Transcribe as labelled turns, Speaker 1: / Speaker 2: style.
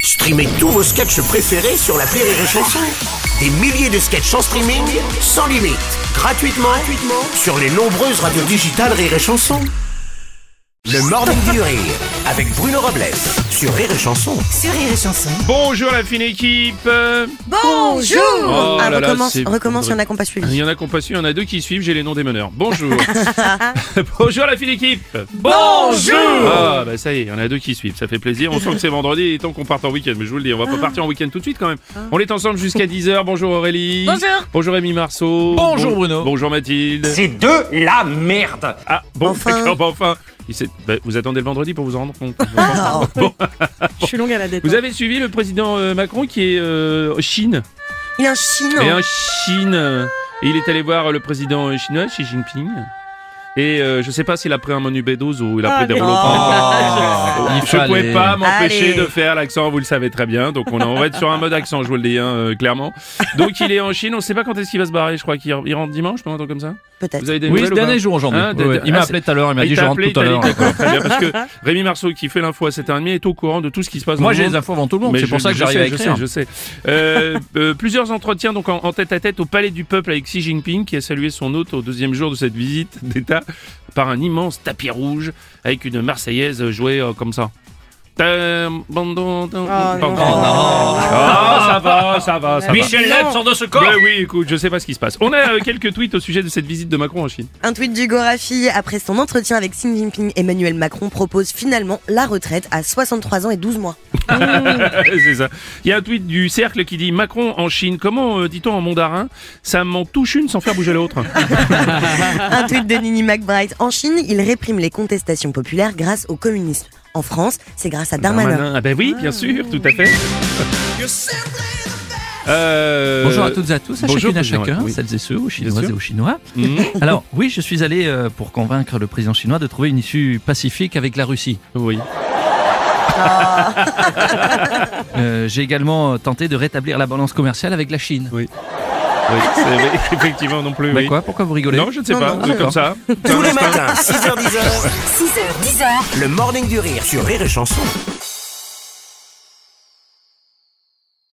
Speaker 1: Streamez tous vos sketchs préférés sur la Rire et Chanson. Des milliers de sketchs en streaming, sans limite, gratuitement, gratuitement sur les nombreuses radios digitales Rire et Chanson. Le Morning du Rire avec Bruno Robles sur Rire et Chanson.
Speaker 2: Sur Rire et Chanson.
Speaker 3: Bonjour la fine équipe Euh,
Speaker 2: Bonjour
Speaker 3: Oh
Speaker 2: Ah,
Speaker 3: là là,
Speaker 2: Recommence,
Speaker 3: c'est
Speaker 2: recommence, il y en a qui n'ont pas
Speaker 3: Il
Speaker 2: suivi.
Speaker 3: y en a qui ont pas su, il y en a deux qui suivent, j'ai les noms des meneurs. Bonjour Bonjour la fine équipe
Speaker 2: Bonjour
Speaker 3: Ah bah ça y est, il y en a deux qui suivent, ça fait plaisir. On sent que c'est vendredi et tant qu'on parte en week-end, mais je vous le dis, on va pas
Speaker 2: Ah.
Speaker 3: partir en week-end tout de suite quand même. On est ensemble jusqu'à 10h, bonjour Aurélie
Speaker 2: Bonjour.
Speaker 3: Bonjour Rémi Marceau
Speaker 4: Bonjour Bruno.
Speaker 3: Bonjour Mathilde
Speaker 5: C'est de la merde.
Speaker 3: Ah bon,
Speaker 2: Enfin.
Speaker 3: d'accord, bah enfin Il s'est- bah, Vous attendez le vendredi pour vous en rendre compte
Speaker 2: Ah.
Speaker 3: Bon.
Speaker 6: Je suis longue à la détente.
Speaker 3: Vous avez suivi le président euh, Macron qui est euh, en Chine
Speaker 2: Il y a un chine.
Speaker 3: Et en Chine, euh, il est allé voir le président euh, chinois, Xi Jinping. Et euh, je sais pas s'il a pris un menu Bedos ou il a
Speaker 6: Ah,
Speaker 3: pris des
Speaker 6: mais-
Speaker 3: rouleaux. de
Speaker 4: Oh,
Speaker 3: pain. Ah.
Speaker 4: il
Speaker 3: je pouvais
Speaker 4: fallait.
Speaker 3: pas m'empêcher
Speaker 2: Allez.
Speaker 3: de faire l'accent, vous le savez très bien. Donc on, est- on va être sur un mode accent, je vous le dis hein, euh, clairement. Donc il est en Chine, on sait pas quand est-ce qu'il va se barrer. Je crois qu'il re- il rentre dimanche, non, un truc comme ça.
Speaker 2: Peut-être.
Speaker 3: Vous avez des
Speaker 4: Oui,
Speaker 3: nouvelles
Speaker 4: le
Speaker 3: ou pas
Speaker 4: dernier jour aujourd'hui.
Speaker 3: Hein,
Speaker 4: Ouais,
Speaker 3: de-
Speaker 4: ouais. Il
Speaker 3: ah,
Speaker 4: m'a
Speaker 3: c'est-
Speaker 4: appelé tout à l'heure, il
Speaker 3: Ah,
Speaker 4: m'a dit
Speaker 3: il
Speaker 4: je
Speaker 3: t'a
Speaker 4: rentre
Speaker 3: appelé,
Speaker 4: tout à
Speaker 3: il t'a
Speaker 4: l'heure.
Speaker 3: dit, d'accord, très bien, parce que Rémi Marceau qui fait l'info à 7h30 est au courant de tout ce qui se passe dans
Speaker 4: Moi
Speaker 3: le
Speaker 4: j'ai
Speaker 3: monde.
Speaker 4: les infos avant tout le monde,
Speaker 3: Mais
Speaker 4: c'est pour
Speaker 3: je-
Speaker 4: ça hein. que
Speaker 3: je
Speaker 4: j'arrive
Speaker 3: sais,
Speaker 4: à écrire.
Speaker 3: Je sais, je sais. Euh, euh, plusieurs entretiens donc en, en tête à tête au Palais du Peuple avec Xi Jinping qui a salué son hôte au deuxième jour de cette visite d'État par un immense tapis rouge avec une Marseillaise jouée euh, comme ça. Tam, bandon, tam,
Speaker 6: Ah,
Speaker 3: pam,
Speaker 6: non.
Speaker 3: pam. Ah, ça va, ça va, ça va.
Speaker 5: Michel Leb sort de ce corps.
Speaker 3: Ouais, oui, écoute, je sais pas ce qui se passe. On a euh, quelques tweets au sujet de cette visite de Macron en Chine.
Speaker 2: Un tweet du Gorafi après son entretien avec Xi Jinping, Emmanuel Macron propose finalement la retraite à 63 ans et 12 mois.
Speaker 3: C'est ça. Il y a un tweet du cercle qui dit Macron en Chine. Comment euh, dit-on en mandarin Ça m'en touche une sans faire bouger l'autre.
Speaker 2: Un tweet de Nini McBride. En Chine, il réprime les contestations populaires grâce au communisme. En France, c'est grâce à Darmanin.
Speaker 3: Darmanin. Ah ben oui, bien sûr, tout à fait. Euh,
Speaker 4: Bonjour à toutes et à tous, à
Speaker 3: bonjour,
Speaker 4: chacune à
Speaker 3: président,
Speaker 4: chacun,
Speaker 3: oui.
Speaker 4: celles et ceux, aux Chinoises
Speaker 3: sûr.
Speaker 4: et aux Chinois.
Speaker 3: Mhm.
Speaker 4: Alors oui, je suis allé euh, pour convaincre le président chinois de trouver une issue pacifique avec la Russie.
Speaker 3: Oui.
Speaker 4: Euh, J'ai également euh, tenté de rétablir la balance commerciale avec la Chine.
Speaker 3: Oui, c'est- oui, effectivement non plus.
Speaker 4: Bah
Speaker 3: oui.
Speaker 4: quoi Pourquoi vous rigolez
Speaker 3: Non, je ne sais
Speaker 2: Non,
Speaker 3: pas.
Speaker 2: non,
Speaker 3: c'est
Speaker 4: d'accord.
Speaker 3: comme ça.
Speaker 1: Tous les matins, 6h10,
Speaker 2: 6h, 10h.
Speaker 1: le Morning du Rire sur Rire et Chanson.